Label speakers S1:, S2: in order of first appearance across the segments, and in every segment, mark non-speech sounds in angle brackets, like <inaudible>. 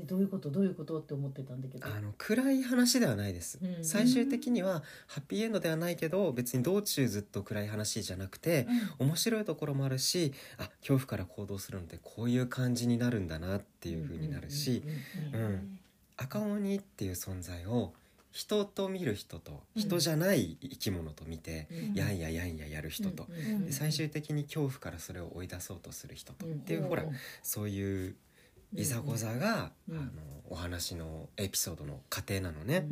S1: ーどういうことどういうことって思ってたんだけど。
S2: あの暗い話ではないです、
S1: うん
S2: 最終的にはハッピーエンドではないけど別に道中ずっと暗い話じゃなくて面白いところもあるしあ恐怖から行動するのってこういう感じになるんだなっていう風になるし
S1: うんうんうんうん
S2: うん赤鬼っていう存在を人と見る人と人じゃない生き物と見て、
S1: うん
S2: やんややんややる人と、
S1: うんうん
S2: で最終的に恐怖からそれを追い出そうとする人と、っていうほらそういういざこざが、
S1: うん
S2: あのお話のエピソードの過程なのね。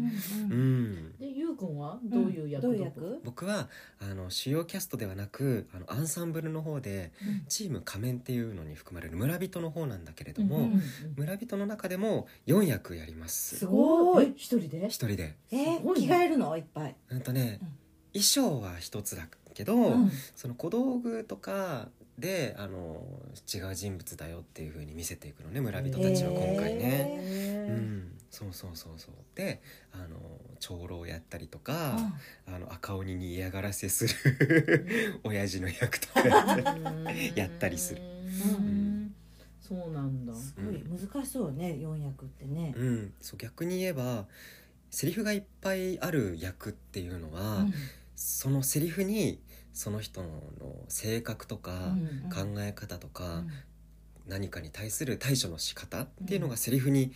S1: うん
S2: うん
S1: でゆうくんはどういう役
S3: ど
S1: ど
S3: う
S1: こ
S3: いう役？
S2: 僕はあの主要キャストではなくあのアンサンブルの方で
S3: うん
S2: チーム仮面っていうのに含まれる村人の方なんだけれど
S1: う
S2: も、
S1: んうんうん
S2: 村人の中でも4役やりますす
S3: ごい
S1: え一人で
S2: 一人で
S3: え
S1: すご
S3: ー、
S1: いね
S3: 着替えるのいっぱい。
S2: うんとね、
S3: うん
S2: 衣装は一つだけど、
S1: うん
S2: その小道具とかであの違う人物だよっていう風に見せていくのね村人たちは今回ね。う
S1: へ
S2: ん、そうそうそうそうであの長老やったりとか、あの赤鬼に嫌がらせする
S1: <laughs>
S2: 親父の役とかやって <laughs>
S1: ー
S2: やったりする
S1: うん
S2: うん
S1: そうなんだ
S3: すごい難しそうよね、四役ってね。
S2: うん、そう逆に言えばセリフがいっぱいある役っていうのは、
S1: うん
S2: そのセリフにその人の性格とか
S1: うん
S2: 考え方とか、
S3: うん
S2: 何かに対する対処の仕方っていうの
S1: う
S2: がセリフに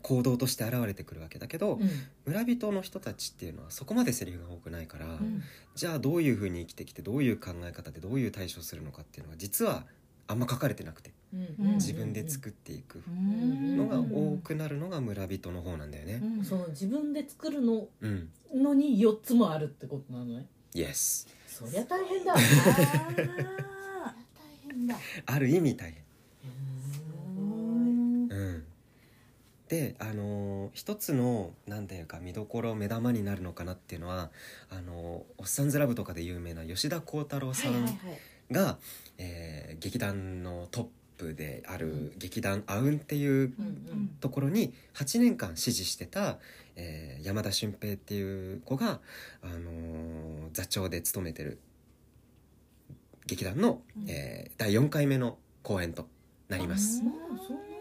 S2: 行動として現れてくるわけだけど、
S1: うん
S2: 村人の人たちっていうのはそこまでセリフが多くないから、
S1: うん
S2: じゃあどういうふうに生きてきてどういう考え方でどういう対処をするのかっていうのが実はあんま書かれてなくて
S1: うんうん
S2: 自分で作っていく
S3: うん
S2: のが多くなるのが村人の方なんだよね。
S1: その自分で作るの
S2: うん、
S1: のに四つもあるってことなのね
S2: イエス
S1: そりゃ大
S2: <laughs>
S1: 変だ
S3: あー
S1: 大変だ
S2: ある意味大変
S3: すごい
S2: うん、であのー一つの何ていうか見どころ目玉になるのかなっていうのはあのー「おっさんずラブ」とかで有名な吉田鋼太郎さんが、えー劇団のトップである劇団「あうん」っていう
S4: うんうん
S2: ところに8年間支持してた、えー山田俊平っていう子が、あのー座長で務めてる劇団の、
S3: うん
S2: えー第4回目の公演となります。
S4: もうそんなの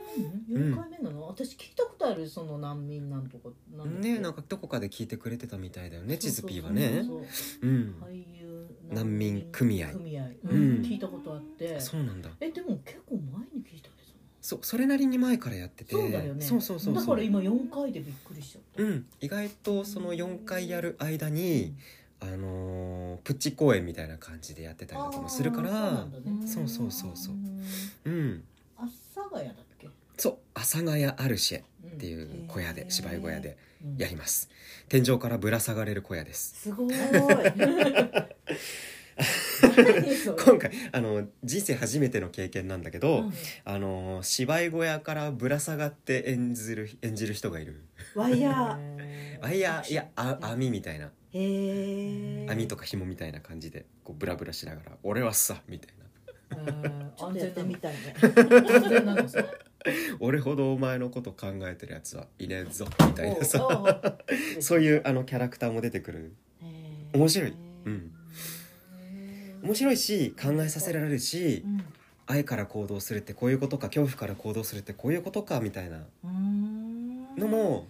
S2: うん
S4: 四回目なの、私聞いたことあるその難民なんとかなんだっけ
S2: ねなんかどこかで聞いてくれてたみたいだよねチズピーは
S4: そうそ
S2: ね。
S4: うそう
S2: うん、
S4: 俳優
S2: 難民組合
S4: 組合、
S3: うん
S4: 聞いたことあって
S2: そうなんだ
S4: えでも結構前に聞いたけ
S2: そそれなりに前からやってて
S4: そうだよね
S2: そうそうそう
S4: どなだ
S2: そう
S4: から今四回でびっくりしちゃった、
S2: うん、意外とその4回やる間に、あのープチ公演みたいな感じでやってたりとかもするか
S4: あーそう
S2: ら
S4: なんだね
S2: そうそうそうそう
S4: うん
S2: うん
S4: 阿佐ヶ谷だっけ、
S2: そう「阿佐ヶ谷アルシェ」っ
S4: うん、
S2: ていう小屋
S3: へ
S2: で
S3: ー
S2: 芝居小屋で
S4: うん
S1: <laughs>
S2: やります天井からぶら下がれる小屋です
S3: すごい。う
S4: 何それ
S2: 今回あの人生初めての経験なんだけど、
S4: うん
S2: あのー芝居小屋からぶら下がって演じる演じる人がいる
S3: ワイヤ
S4: へー
S2: あいやいやあ網みたいな
S3: ー。へえ。
S2: 網とか紐みたいな感じでこうブラブラしながら「俺はさ」みたいな
S4: えー
S3: ちょっ
S4: 安
S3: とや
S4: 全
S3: って
S4: な
S3: み
S4: の
S3: たいね。
S4: 安全なのそれ
S2: 俺ほどお前のこと考えてるやつはいねえぞみたいなさ
S4: おうおう
S2: そういうあのキャラクターも出てくる
S3: へ
S2: <laughs>
S3: ー
S2: 面白いうん面白いし考えさせられるし
S3: うん
S2: 愛から行動するってこういうことか恐怖から行動するってこういうことかみたいな
S3: うーん
S2: のも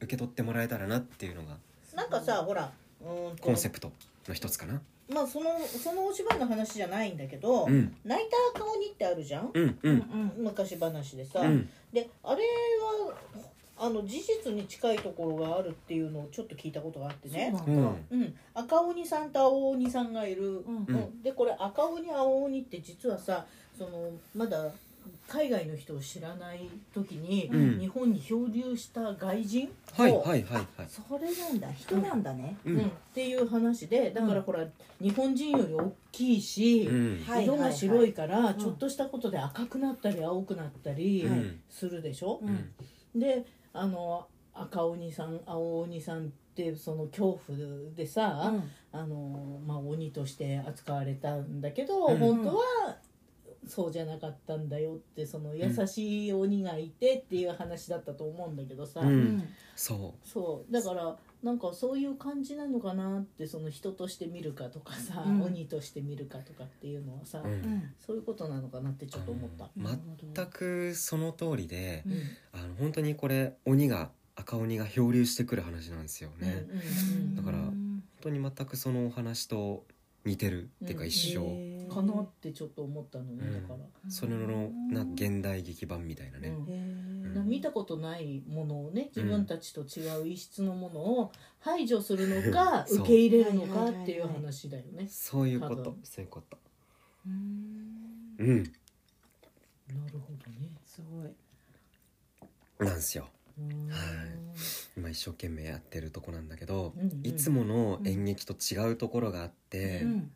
S2: 受け取ってもらえたらなっていうのが
S1: なんかさほらうーんと
S2: コンセプトの一つかな
S1: まあそのそのお芝居の話じゃないんだけど、
S2: うん
S1: 泣いた顔にってあるじゃん、
S2: うんう
S3: うんん
S1: 昔話でさ、
S2: うん
S1: であれはあの事実に近いところがあるっていうのをちょっと聞いたことがあって
S3: うん
S1: ね
S3: そ
S2: う
S3: うなんだ
S2: ん
S1: うん赤鬼さんと青鬼さんがいる、
S3: うん
S2: うん
S1: でこれ赤鬼青鬼って実はさそのまだ海外の人を知らない時に、
S2: うん
S1: 日本に漂流した外人、
S2: はいはいはいはい
S3: それなんだ人なんだね
S2: う
S1: うんっ
S2: ん
S1: ていう話でだか
S3: う
S1: ら
S3: ん
S1: ほら、日本人より大きいし、
S2: うん
S3: はい
S1: 色が白いから、
S3: ん
S1: ちょっとしたことで赤くなったり青くなったり
S2: うん
S1: するでしょ、
S2: うん
S1: であの赤鬼さん青鬼さんってその恐怖でさ、
S3: うん
S1: あのまあ、鬼として扱われたんだけど、
S2: うん
S1: 本当はそうじゃなかったんだよってその優しい鬼がいてっていう話だったと思うんだけどさ、
S2: う
S3: うんん
S2: そ
S1: そうだからなんかそういう感じなのかなってその人として見るかとかさ、
S3: うん
S1: 鬼として見るかとかっていうのはさ、
S2: うう
S3: うんん
S1: そういうことなのかなってちょっと思った。
S2: うん全くその通りで
S1: うん
S2: あの本当にこれ鬼が赤鬼が漂流してくる話なんですよ
S1: うん
S2: ね
S1: うん
S2: だから
S3: うん
S2: 本当に全くそのお話と似てるっていうか
S1: うん
S2: 一緒、
S3: へー
S1: かなってちょっと思ったのよ、
S2: うん
S1: だから。
S2: それのなんか現代劇版みたいなね、
S1: うん
S3: へー
S1: な見たことないものをね自分たちと違う異質のものを排除するのか
S2: <laughs> そう
S1: 受け入れるのかっていう話だよね。
S2: そういうこ
S1: 多
S2: と
S1: 分
S2: そういうこと
S3: うん
S2: うん
S1: なるほどね。
S3: すごい
S2: なんですよ
S1: うーん
S2: 今一生懸命やってるとこなんだけど、
S1: うんうん
S2: いつもの演劇と違うところがあって、
S3: うん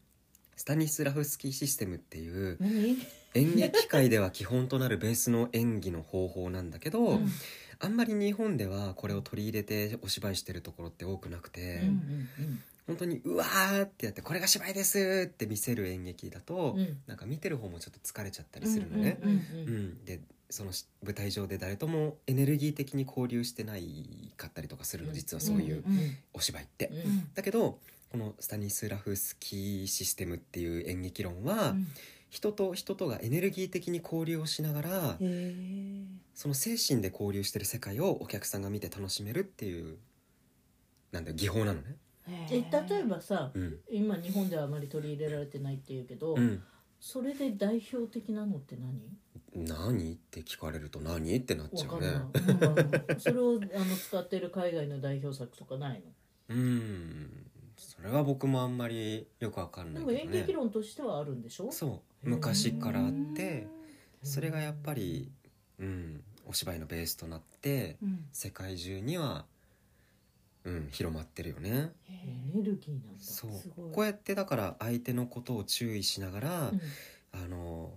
S2: スタニスラフスキーシステムっていう
S1: 何
S2: 演劇界では基本となるベースの演技の方法なんだけど、
S3: ん
S2: あんまり日本ではこれを取り入れてお芝居してるところって多くなくて、
S1: うんうん
S2: 本当に「うわ!」ってやって「これが芝居です!」って見せる演劇だと、
S1: うんうん
S2: なんか見てる方もちょっと疲れちゃったりするのね。
S1: うんうん
S2: うん、でそのし舞台上で誰ともエネルギー的に交流してないかったりとかするの実はそういうん
S3: うん
S2: お芝居って。
S1: うん
S3: うん
S2: だけどこのスタニスラフスキーシステムっていう演劇論は、
S3: うん
S2: 人と人とがエネルギー的に交流をしながら
S3: へー
S2: その精神で交流してる世界をお客さんが見て楽しめるっていうなんだよ技法なのね。
S1: え例えばさ
S2: うん
S1: 今日本ではあまり取り入れられてないっていうけど、
S2: うん
S1: それで代表的なのって何
S2: 何って聞かれると何ってなっちゃう
S1: わか
S2: んね。
S1: ない、うんそれをあの使ってる海外の代表作とかない
S2: うんそれは僕もあんまりよくわかん
S1: の
S2: な
S1: で
S2: い
S1: も
S2: け
S1: 演
S2: ど
S1: 劇
S2: ね。
S1: 論としてはあるんでしょ
S2: そう
S1: へー
S2: 昔からあって
S1: うん
S2: それがやっぱり、うん、お芝居のベースとなって
S3: うん
S2: 世界中には、うん、広まってるよね。
S1: エネルギーなんだ
S2: そう
S3: すごい
S2: こうやってだから相手のことを注意しながら、
S1: うん
S2: あの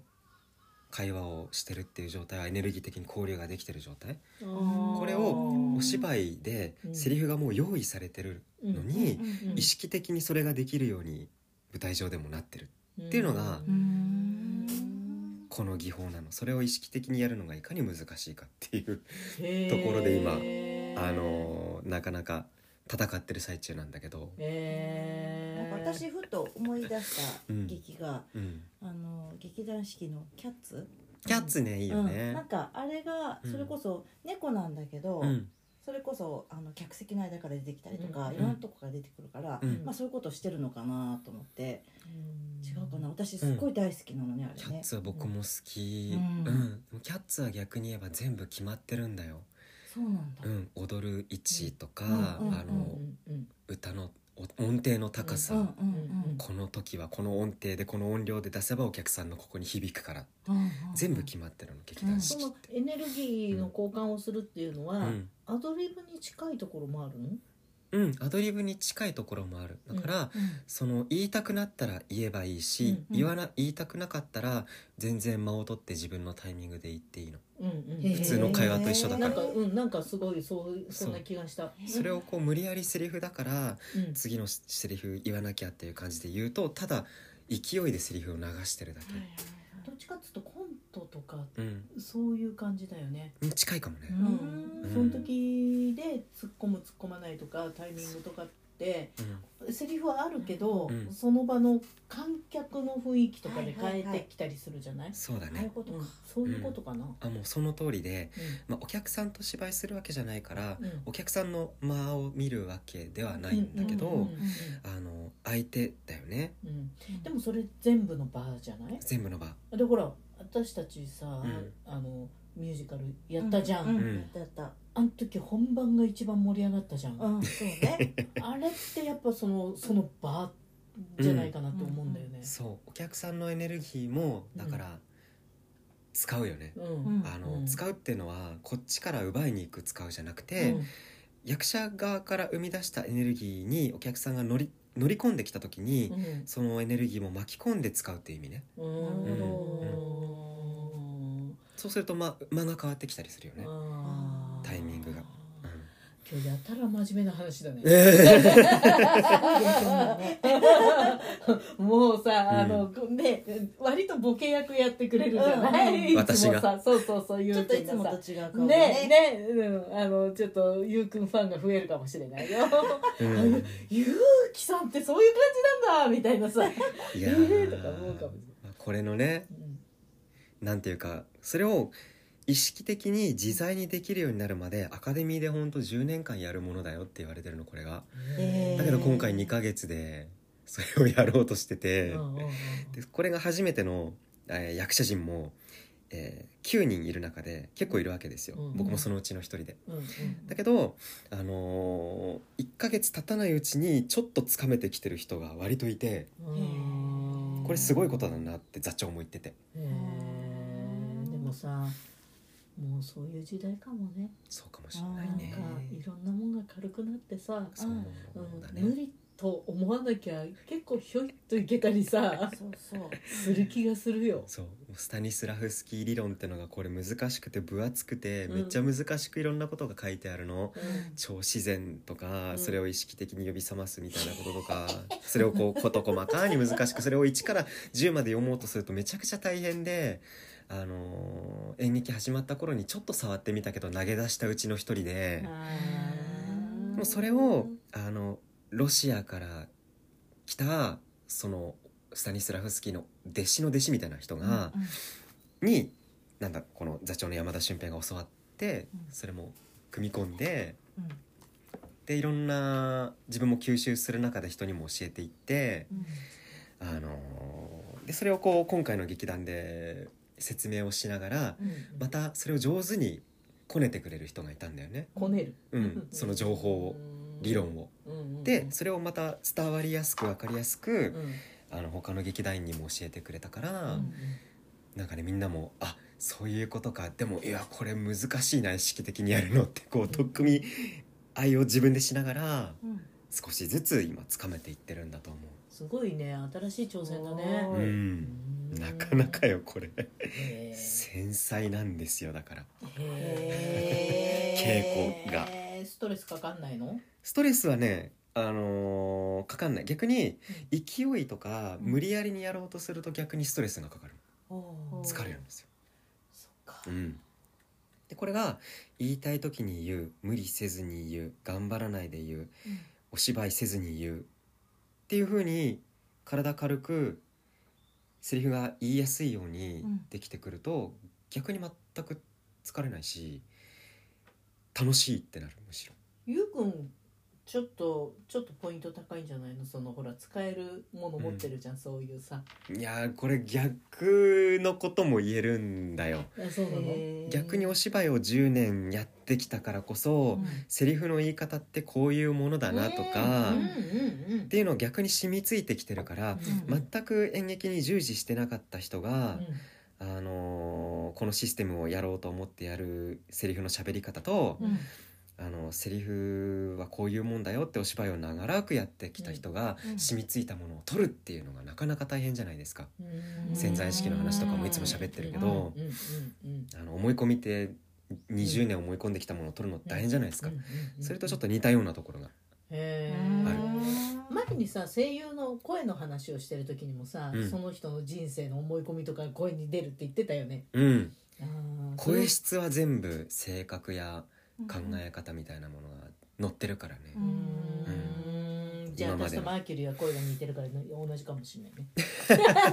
S2: 会話をしてるっていう状態はエネルギー的に交流ができてる状態
S1: あー
S2: これをお芝居でセリフがもう用意されてるのに
S3: うん
S2: 意識的にそれができるように舞台上でもなってる
S1: って
S2: いうのが
S3: うーん
S2: この技法なのそれを意識的にやるのがいかに難しいかっていうところで今あのーなかなか戦ってる最中なんだけど、
S3: なんか私ふと思い出した劇が、
S2: うん、
S3: あの劇団四季の「キャッツ
S2: キャッツねいい」よ
S3: うん、な
S2: ね
S3: ん。かあれが
S2: うん
S3: それこそ猫なんだけど、
S2: うん
S3: それこそあの客席の間から出てきたりとか、
S1: うん
S3: いろんなとこから出てくるから、
S2: うん
S3: まあ、そういうことしてるのかなと思って違うかな私す
S2: うん
S3: っごい大好きなのね、あ
S2: キ
S3: れ
S2: ャッ
S3: ね。
S2: ツは僕も好き、う
S3: うんん
S2: でもキャッツは逆に言えば全部決まってるんだよ、
S3: そうなんだ、
S2: うん、踊る位置とか、
S3: うんうんうん
S2: あの歌の音程の高さ、
S3: うんうんうん
S2: この時はこの音程でこの音量で出せばお客さんのここに響くから
S3: うんうん
S2: 全部決まってるの劇団四
S1: そ
S2: 季っ
S1: の
S2: て。
S1: エネルギーの交換をするっていうの
S2: う
S1: は、
S2: ん
S1: アドリブに近いところもあるの
S2: うん、アドリブに近いところもあるだから、その言いたくなったら言えばいいし、
S3: うん
S2: 言わな言いたくなかったら全然間を取って自分のタイミングで言っていいの
S1: うん
S3: へー
S2: 普通の会話と一緒だ
S1: うん、
S2: か
S1: な
S2: ら
S1: んかうんなんかすごいそう
S2: そう
S1: そんな気がした。
S2: それをこう無理やりセリフだから
S1: うん
S2: 次のセリフ言わなきゃっていう感じで言うとただ勢いでセリフを流してるだけ、
S1: どっちかっていうとコントとか
S2: うん
S1: そういう感じだよね。
S2: うん、近いかもね、
S3: ん
S2: うん
S1: その時で突っ込む突っ込まないとかタイミングとかって
S2: うん
S1: セリフはあるけど、
S2: うん
S1: その場の観客の雰囲気とかで
S3: はいはい
S1: 変
S3: は
S1: え
S3: い
S1: てきたりするじゃない,、
S2: そうだ
S3: ああいう
S2: ね
S3: ことか、
S1: そういうことかな。
S2: あもうその通りで、まあ、お客さんと芝居するわけじゃないから
S1: うんうん
S2: お客さんの間を見るわけではないんだけど、
S1: うんうんうん
S2: あの相手だよね
S1: うんでもそれ全部の場じゃない
S2: 全部の場
S1: でほら私たちさ、
S2: うん
S1: あのミュージカルやったじゃん、
S3: うん
S2: うん
S3: やったやった、
S1: あの時本番が一番盛り上がったじ
S2: <laughs>
S1: ゃん、
S3: うん、そうね
S1: あれってやっぱそのその場じゃないかなと思うんだよね、
S2: そうお客さんのエネルギーもだから使うよね、
S1: うん
S3: うん
S2: あの
S1: うん
S2: 使うっていうのはこっちから奪いに行く使うじゃなくて、役者側から生み出したエネルギーにお客さんが乗り乗り込んできた時に、
S1: うんうん
S2: そのエネルギーも巻き込んで使うっていう意味ね
S1: なるほ
S2: そうすると、ま、間が変わってきたりするよね、
S1: <laughs> ど。あー
S2: タイミングが
S1: 今日やたら真面目な話だね。もうさ、あの、ね、割とボケ役やってくれるじゃな
S3: うん
S1: い。いつも
S2: 私が
S1: さ、そうそうそう、ゆ
S3: ちょ
S1: う
S3: っと
S1: く
S3: い
S1: ん
S3: つもと
S1: がさ。
S3: 違う顔
S1: ね
S3: で
S1: ねうん、あのちょっとゆうくんファンが増えるかもしれないよ
S2: <laughs> うん
S1: あ
S2: うん
S1: ゆうきさんってそういう感じなんだみたいな
S2: <laughs>
S1: さ、
S2: いや
S1: えーとか思うかもし
S2: まあこれのね
S1: うん
S2: なんていうかそれを意識的に自在にできるようになるまでアカデミーでほんと10年間やるものだよって言われてるのこれが
S3: えー
S2: だけど今回2ヶ月でそれをやろうとしてて、
S1: うんうんうん
S2: でこれが初めての、えー役者陣も、えー9人いる中で結構いるわけですよ、
S1: うん
S2: 僕もそのうちの一人で。
S1: うんうん
S2: だけど、あのー、1ヶ月経たないうちにちょっとつかめてきてる人が割といて
S1: うん
S2: これすごいことだなって座長も言ってて
S1: へえでもさもうそういう時代かもね
S2: そうかもしれない
S1: なん
S2: ね
S1: か。いろんなもんが軽くなってさ、
S2: そう
S1: うん
S2: だ
S1: 無
S2: ね
S1: 理と思わなきゃ結構ひょいっといけたりさ
S3: そうそう
S1: する気がするよ。
S2: そうスタニスラフスキー理論ってのがこれ難しくて分厚くて
S1: うん
S2: めっちゃ難しくいろんなことが書いてあるの。
S1: うん
S2: 超自然とか、
S1: うん
S2: それを意識的に呼び覚ますみたいなこととか <laughs> それをこう事細かに難しくそれを1から10まで読もうとするとめちゃくちゃ大変で、あのー演劇始まった頃にちょっと触ってみたけど投げ出したうちの一人で、
S3: ー
S2: もうそれをあのロシアから来たそのスタニスラフスキーの弟子の弟子みたいな人が、になんだこの座長の山田俊平が教わって
S3: うん
S2: それも組み込んで。
S3: うん
S2: でいろんな自分も吸収する中で人にも教えていって、
S3: うん
S2: あのーでそれをこう今回の劇団で説明をしながら
S1: うん
S2: またそれを上手にこねてくれる人がいたんだよね、
S1: こねる
S2: うん、その情報を理論を。
S1: を
S2: でそれをまた伝わりやすく分かりやすくあの他の劇団員にも教えてくれたから、
S3: ん
S2: なんかねみんなも「あそういうことかでもいやこれ難しいな意識的にやるの」ってこう取っ組み合いを自分でしながら
S3: うん
S2: 少しずつ今つかめていってるんだと思う
S1: すごいね新しい挑戦だね
S4: う
S2: うんんなかなかよこれ
S1: へ
S2: 繊細なんですよだから <laughs>
S1: え
S3: へ
S2: 稽古が
S1: へえストレスかかんないの
S2: ストレスはねあのーかかんない逆に勢いとか無理やりにやろうとすると逆にストレスがかかる
S3: おー
S2: 疲れるんですよ、
S1: そっか
S2: うん、でこれが言いたい時に言う無理せずに言う頑張らないで言うお芝居せずに言うっていう風に体軽くセリフが言いやすいように
S3: うん
S2: できてくると、逆に全く疲れないし楽しいってなるむしろ
S1: ゆうくんちょっとちょっとポイント高いんじゃないのそのほら使えるもの持ってるじゃん、そういうさ
S2: いやーこれ逆のことも言えるんだよ
S1: そうなの
S3: へー
S2: 逆にお芝居を10年やってきたからこそ、
S3: うん
S2: セリフの言い方ってこういうものだなとか、
S1: うん
S2: っ
S1: うんうん
S2: ていうのを逆に染みついてきてるから、
S1: うん
S2: 全く演劇に従事してなかった人が
S1: う、ん
S2: あのーこのシステムをやろうと思ってやるセリフの喋り方と、
S1: うん
S2: あのセリフはこういうもんだよってお芝居を長らくやってきた人が、
S3: うん
S2: 染みついたものを取るっていうのがなかなか大変じゃないですか。
S1: うん
S2: 潜在意識の話とかもいつも喋ってるけど
S1: うんうんうんうん
S2: あの思い込みって20年思い込んできたものを取るの大変じゃないですか
S1: うんうんうん
S2: それとちょっと似たようなところが
S1: へ
S2: あ
S1: ー
S2: る
S1: 前にさ声優の声の話をしてる時にもさ、
S2: うん
S1: その人の人生の思い込みとか声に出るって言ってたよね。
S2: うん
S1: あー
S2: 声質は全部性格や
S3: うん
S2: 考え方みたいなものが載ってるからね
S3: う
S1: うーんじゃあ
S2: 今ま
S1: 私
S2: での
S1: とマーキュリーは声が似てるから同じかもしれないね。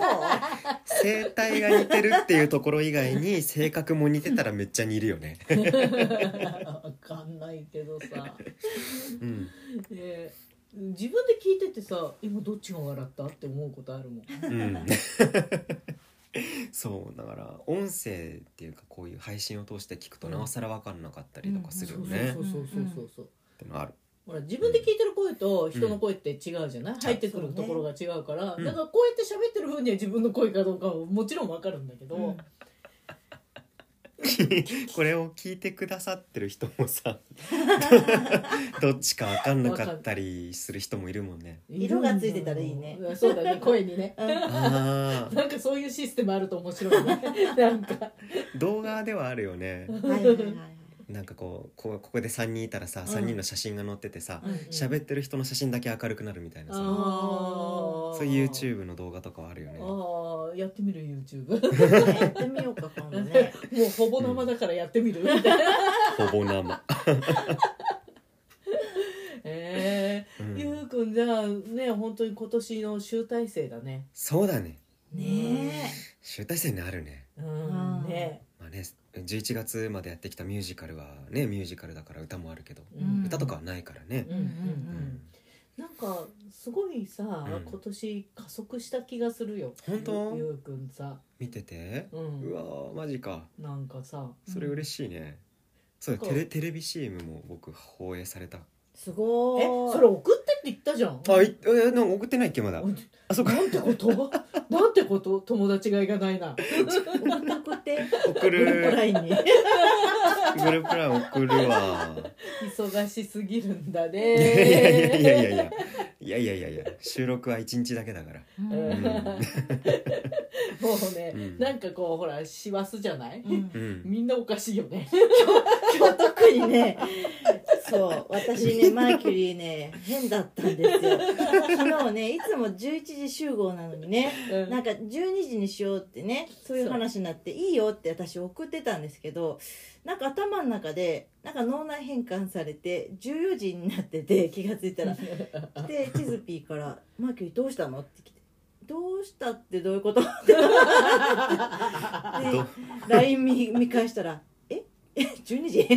S2: 声帯が似てるっていうところ以外に性格も似てたらめっちゃ似るよね
S1: わかんないけどさ、
S2: うん
S1: で自分で聞いててさ今どっちが笑ったって思うことあるもん。
S2: うん <laughs> そうだから音声っていうかこういう配信を通して聞くとなおさら分かんなかったりとかするよね
S1: そ
S2: っ
S1: うそうそうそうそう。
S2: てのある <laughs>
S1: ほら自分で聞いてる声と人の声って違うじゃない、入ってくるところが違うから、
S2: うん
S1: だからこうやって喋ってる風には自分の声かどうかはもちろんわかるんだけど、
S3: うん
S2: これを聞いてくださってる人も
S1: <laughs>
S2: さどっちか分かんなかったりする人もいるもんね
S3: 色がついてたらいいね
S1: うんそうだね声にね
S2: ああ
S1: なんかそういうシステムあると面白いねなんか
S2: 動画ではあるよね
S3: はいはいはいはい
S2: なんかこうこうここで3人いたらさ
S1: ん
S2: 3人の写真が載っててさ
S3: うん
S2: 喋ってる人の写真だけ明るくなるみたいなさ
S1: あー
S2: そういう YouTube の動画とかはあるよね
S1: あーやってみる YouTube
S3: やってみようか今度ね
S1: <laughs> もうほぼ生だからやってみるみたいな、
S2: ほぼ生、
S1: え
S2: う
S1: ー、ゆ
S2: ん、
S1: うくんじゃあね本当に今年の集大成だね
S2: そうだね
S3: ね
S2: 集大成になるね
S1: うん
S3: うん
S1: ね
S2: まあね11月までやってきたミュージカルはねミュージカルだから歌もあるけど、
S3: うん
S2: 歌とかはないからね
S1: うんうんう、
S2: うんん
S1: なんかすごいさ、
S2: ん
S1: 今年加速した気がするよ
S2: 本当
S1: ゆうくんさ、
S2: 見てて
S1: う、
S2: うんわーマジか
S1: なんかさ
S2: それ嬉しいね、そうだ
S1: そう
S2: テレテレビ CM も僕放映された
S3: <laughs> す
S1: え
S3: ごーい
S1: それ送ってって言ったじゃん
S2: あいえなんか送ってないっけまだあそうか
S1: なんてこと
S2: <laughs>
S1: なんてこと友達がいがないな
S3: 送って送って
S2: 送
S3: グループ
S2: る
S3: ラインに
S2: グループラン送るわ
S1: 忙しすぎるんだ
S2: いやいやい
S1: ね
S2: やい
S1: <laughs>
S2: やいやいやいやいやいや収録は一日だけだから
S1: うんもうね、
S2: うん
S1: <laughs> なんかこうほら師走じゃない、
S3: うん
S2: うん
S1: みんなおかしいよ
S2: <laughs>
S1: ね
S3: 今日特にねそう私ねマーキュリーね変だったんですよ昨日ねいつも11時集合なのにねなんか12時にしようってねそういう話になっていいよって私送ってたんですけどなんか頭の中でなんか脳内変換されて14時になってて気がついたらでチズピーから「マーキュリーどうしたの?」って来て「どうしたってどういうこと?」って
S2: ど
S3: LINE 見見返したら「え <laughs> え12時?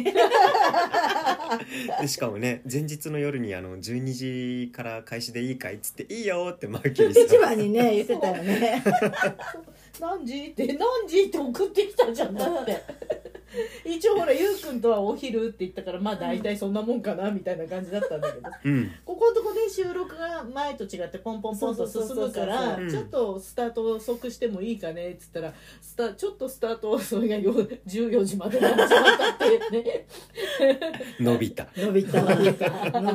S2: でしかもね前日の夜にあの12時から開始でいいかいっつって「いいよ」ってマーキュリ」ー
S3: 一
S2: さ
S3: 番にね言ってた
S2: <laughs>
S3: よね。
S1: 何時って何時って送ってきたじゃんだって <laughs> 一応ほらゆうくんとはお昼って言ったからまあ大体そんなもんかなみたいな感じだったんだけ <laughs> ど
S2: うん
S1: ここのとこね収録が前と違ってポンポンポンと進むか
S2: そう
S1: ら
S2: そうそうそう
S1: ちょっとスタート遅くしてもいいかねっつったらスタちょっとスタートそれがよ14時までになっちまったっていうね
S2: 伸びた
S3: 伸びたわ伸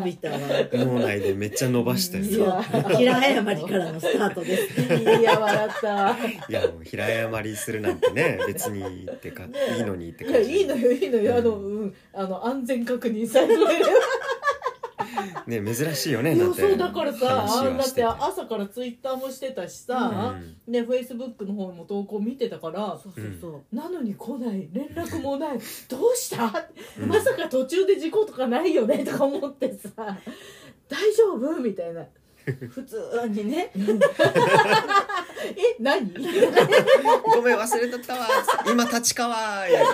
S3: びたわ
S2: 脳内でめっちゃ伸ばしたよ
S1: いや
S3: 平謝りからのスタートです
S1: いや笑った
S2: いやもう平謝りするなんてね別にってかいいのにって
S1: いや
S2: 感
S1: いい
S2: じ
S1: のよいいのよあのうんあの安全確認されてる
S2: ね珍しいよね
S1: い
S2: な
S1: や
S2: んて
S1: そうだからさ
S2: 話
S1: あ
S2: は
S1: だ
S2: し
S1: ってて
S2: て
S1: 朝からツイッターもしてたしさ、でフェイスブックの方も投稿見てたから
S3: そうそうそ
S1: なのに来ない連絡も <laughs> ないどうした、
S2: うん
S1: まさか途中で事故とかないよねとか思ってさ大丈夫みたいな
S3: う普通にね
S1: え何
S2: うんごめん忘れとったわ今立川や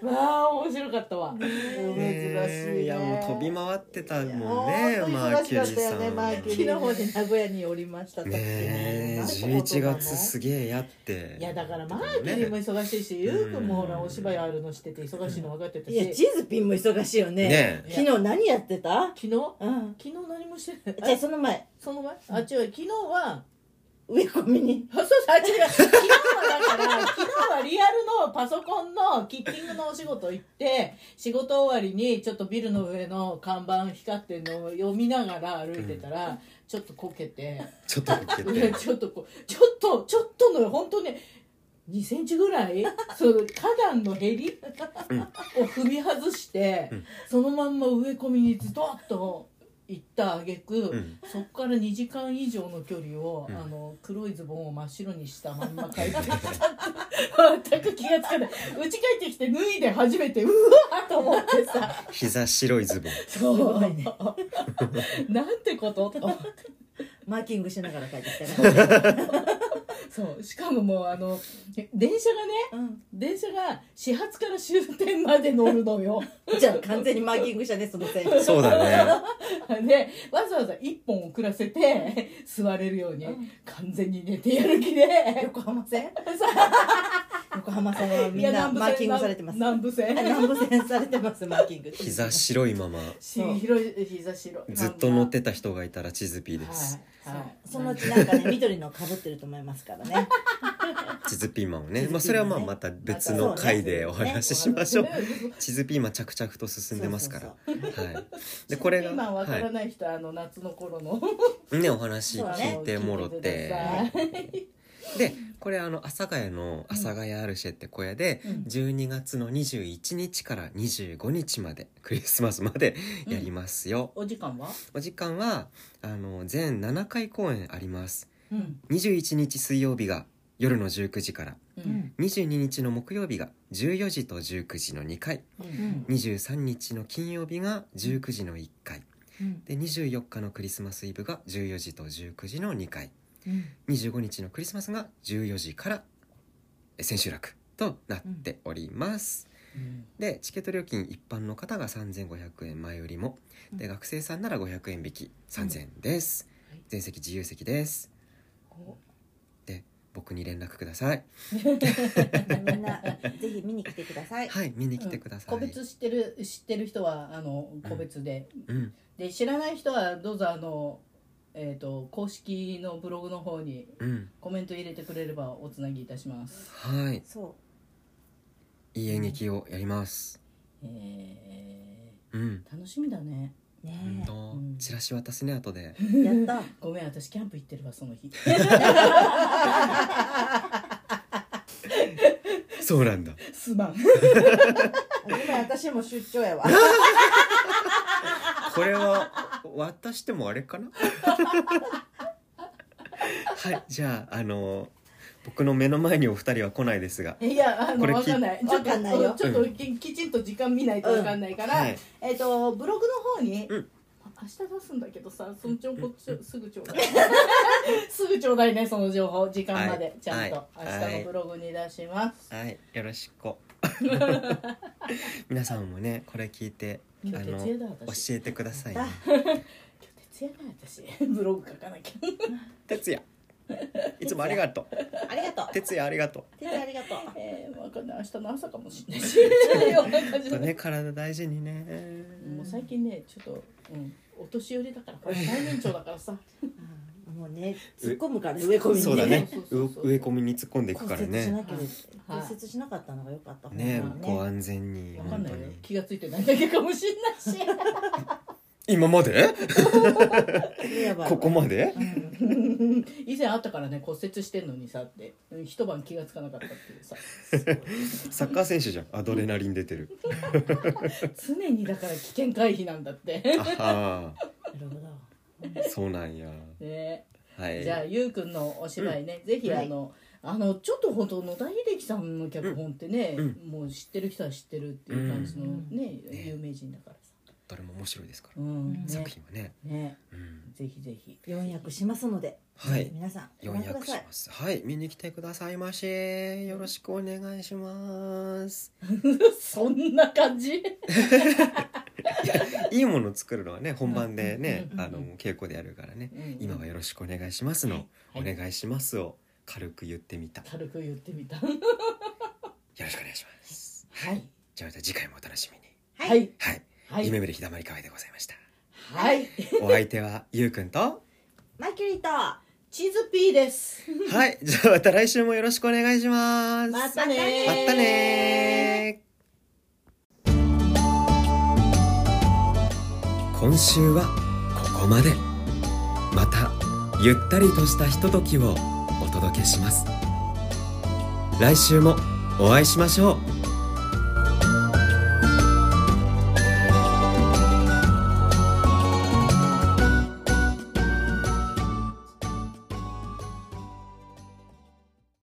S1: まあ面白かった <laughs> わ
S3: ね
S2: ねえいやもう飛び回ってたもんね
S4: いや
S2: マーキ
S4: 本当に忙しか
S2: ュリーさん
S4: ったよねマーキュ
S1: 昨
S4: リ
S1: 日
S4: ー
S1: まで名古屋におりましたと
S2: ねえ
S1: なんてことなの
S2: 11月すげえやって
S1: いやだからマーキュリーも
S2: ね
S1: 忙しいし、ゆうくんもほら
S2: うん
S1: お芝居あるのしてて忙しいの分かってた
S3: い
S1: し、
S3: やチーズピンも忙しいよね
S2: ね
S3: 昨日何やってた
S1: 昨日
S3: うん
S1: 昨日何もしてな
S3: じゃ
S1: い
S3: あその前
S1: あその前あ違う昨日は
S3: 植え込みに
S1: あそうそうあ違う昨日はだから昨日はリアルのパソコンのキッキングのお仕事行って仕事終わりにちょっとビルの上の看板光ってるのを読みながら歩いてたら、ちょっとこけて
S2: ちょっと受け
S1: いや
S2: て
S1: <laughs> ちょっとこうちょっとちょっとの本当ね2センチぐらいその花壇のへり
S2: うん
S1: を踏み外して、
S2: うん
S1: そのまんま植え込みにズドッと行った挙句、
S2: うん
S1: そこから2時間以上の距離を、
S2: うん
S1: あの黒いズボンを真っ白にしたまんま帰ってきた全く気がつかないうち帰ってきて脱いで初めてうわーと思ってさ
S2: 膝白いズボン
S1: そう
S3: すごいね
S1: <laughs> なんてことと思って
S3: マーキングしながら帰ってきたから
S1: そうしかももうあの電車がね
S3: うん
S1: 電車が始発から終点まで乗るのよ <laughs>
S3: じゃあ完全にマーキングしたねその線
S2: そうだね
S1: でわざわざ1本遅らせて座れるように、
S3: うん
S1: 完全に寝てやる気で
S3: 横浜線横浜線はいみ
S1: や
S3: んな
S1: 南部
S3: マ
S1: 線
S3: ーキングされてます
S1: 南部線
S3: あ南部線されてますマーキング
S2: 膝白いまま
S1: し広い膝白い
S2: ずっと乗ってた人がいたら地図ピーです
S1: はい、はい、
S3: そのうちなんかね緑のかぶってると思いますからね
S2: 地図ピーマンをね
S3: 地図ピーマンね
S2: まあそれはまあまた別の回でお話ししまし
S1: <laughs>
S2: ょう地図ピーマン着々と進んでますからはいでこれが
S1: 今わから
S2: は
S1: ない人、あの夏の頃の
S2: いねお話
S3: そうね
S2: 聞いてもろて
S1: 聞いてくだ
S2: でこれあの阿佐ヶ谷の阿佐ヶ谷アルシェって小屋で
S1: うん
S2: 12月の21日から25日までクリスマスまでやりますよ、
S1: お時間は
S2: お時間はあの全7回公演あります
S1: うん
S2: 21日水曜日が夜の19時から
S1: うん
S2: 22日の木曜日が14時と19時の2回
S1: うん
S2: 23日の金曜日が19時の1回
S1: うん
S2: で24日のクリスマスイブが14時と19時の2回
S1: うん
S2: 25日のクリスマスが14時からえ千秋楽となっております、でチケット料金一般の方が3500円前よりもで学生さんなら500円引き3000円です、
S1: はい
S2: 全席自由席です僕に連絡ください
S3: みんなぜひ見に来てください
S2: はい見に来てください、
S1: 個別知ってる知ってる人はあの個別で、
S2: うん
S1: で知らない人はどうぞあのえっ、と公式のブログの方に
S2: うん
S1: コメント入れてくれればおつなぎいたします。
S2: はい
S3: そ
S2: いい演劇をやります
S1: え
S2: うん
S1: ー、楽しみだね。
S3: うね
S2: 本当、
S1: うん
S2: チラシ渡すね後で
S3: えやった
S1: ごめん私キャンプ行ってるわ
S2: <laughs>
S1: その日。
S2: そうなんだ
S1: すまん。
S3: ごめん私も出張
S2: <laughs>
S3: やわ
S2: これは渡してもあれかなはいじゃああの僕の目の前にお二人は来ないですが
S1: いやあ
S2: こ
S1: の
S2: れ聞い
S1: わかんない。
S3: わかんないよ
S1: ちょっとききちんと時間見ないとわかんないから、
S2: はい
S1: えっ、とブログの方に、
S2: うん
S1: 明日出すんだけどさその情報ちょすぐちょうだい <laughs> すぐちょうだいねその情報時間まで、
S2: はい
S1: ちゃんと、
S2: はい
S1: 明日のブログに出します、
S2: はいよろしく <laughs> 皆さんもねこれ聞いてあ
S1: 今日
S2: の
S1: 徹夜だ
S2: 教
S1: 私
S2: えてくださいね
S3: やっ
S2: <laughs>
S1: <laughs> 今日徹夜だ私ブログ書かなきゃ
S2: 哲也いつもありがとう
S3: ありがとう
S2: 哲也ありがとう
S3: 先生ありがとう
S1: えー、わかんない明日の朝かもしれない
S2: <laughs>
S1: し <laughs> わかんない
S2: ちょっとね体大事にね
S1: もう最近ねちょっと、うん、お年寄りだからこれ最年長だからさ
S3: うんもうね突っ込むからね植え込みにね
S2: そうだね
S1: そうそう
S2: う
S1: そう
S2: 植え込みに突っ込んでいく
S3: 骨
S2: から
S3: 折しな
S2: ね
S3: ければ
S1: はい
S3: 骨折しなかったのが良かった方が
S2: ね
S3: ね
S2: ご安全に
S1: わか
S2: 本
S1: んない
S2: 当
S1: よ
S2: に
S1: 気がついてないだけかもしれないし
S2: 今まで
S3: やばい
S2: ここまで
S1: 以前あったからね骨折してんのにさってうん一晩気がつかなかったっていうさ <laughs>
S2: サッカー選手じゃんアドレナリン出てる
S1: 常にだから危険回避なんだって <laughs>
S2: あは
S3: なるほど
S2: ーそうなんや
S1: ね
S2: はい
S1: じゃあゆうくんのお芝居ね、ぜひあの、あのちょっと本当野田秀樹さんの脚本ってね、
S2: うん
S1: もう知ってる人は知ってるっていう感じの
S3: うん
S1: ね、
S2: ね
S1: 有名人だからさ、
S2: どれも面白いですか
S1: う
S2: ら
S1: んね
S2: 作品はね
S1: ね
S2: うん
S1: ぜひぜひ <laughs>
S3: 四役しますので
S2: はい
S3: 皆さんご
S2: 要
S3: 覧く
S2: 約
S3: だ
S2: し
S3: さい
S2: ますはい見に来てくださいましよろしくお願いします
S1: そんな感じ
S2: いいもの作るのはね本番でね
S1: うんうん
S2: あ
S1: うん
S2: の
S1: うん
S2: 稽古でやるからね今はよろしくお願いしますの、
S1: はい
S2: お願いしますを軽く言ってみた。よ
S1: 軽く言ってみた
S2: ろしくお願いします。
S1: はい
S2: じゃあまた次回もお楽しみに。
S1: は
S3: はいい
S2: はい。
S1: はい
S2: 夢見る日だまりかわいでございました。
S1: はい
S2: お相手はゆうくんと。
S3: マイキュリーと
S1: チーズピーです
S2: はい。じゃあまた来週もよろしくお願いします。
S1: またねー
S2: またねー今週はここまでまたゆったりとしたひとときをお届けします来週もお会いしましょう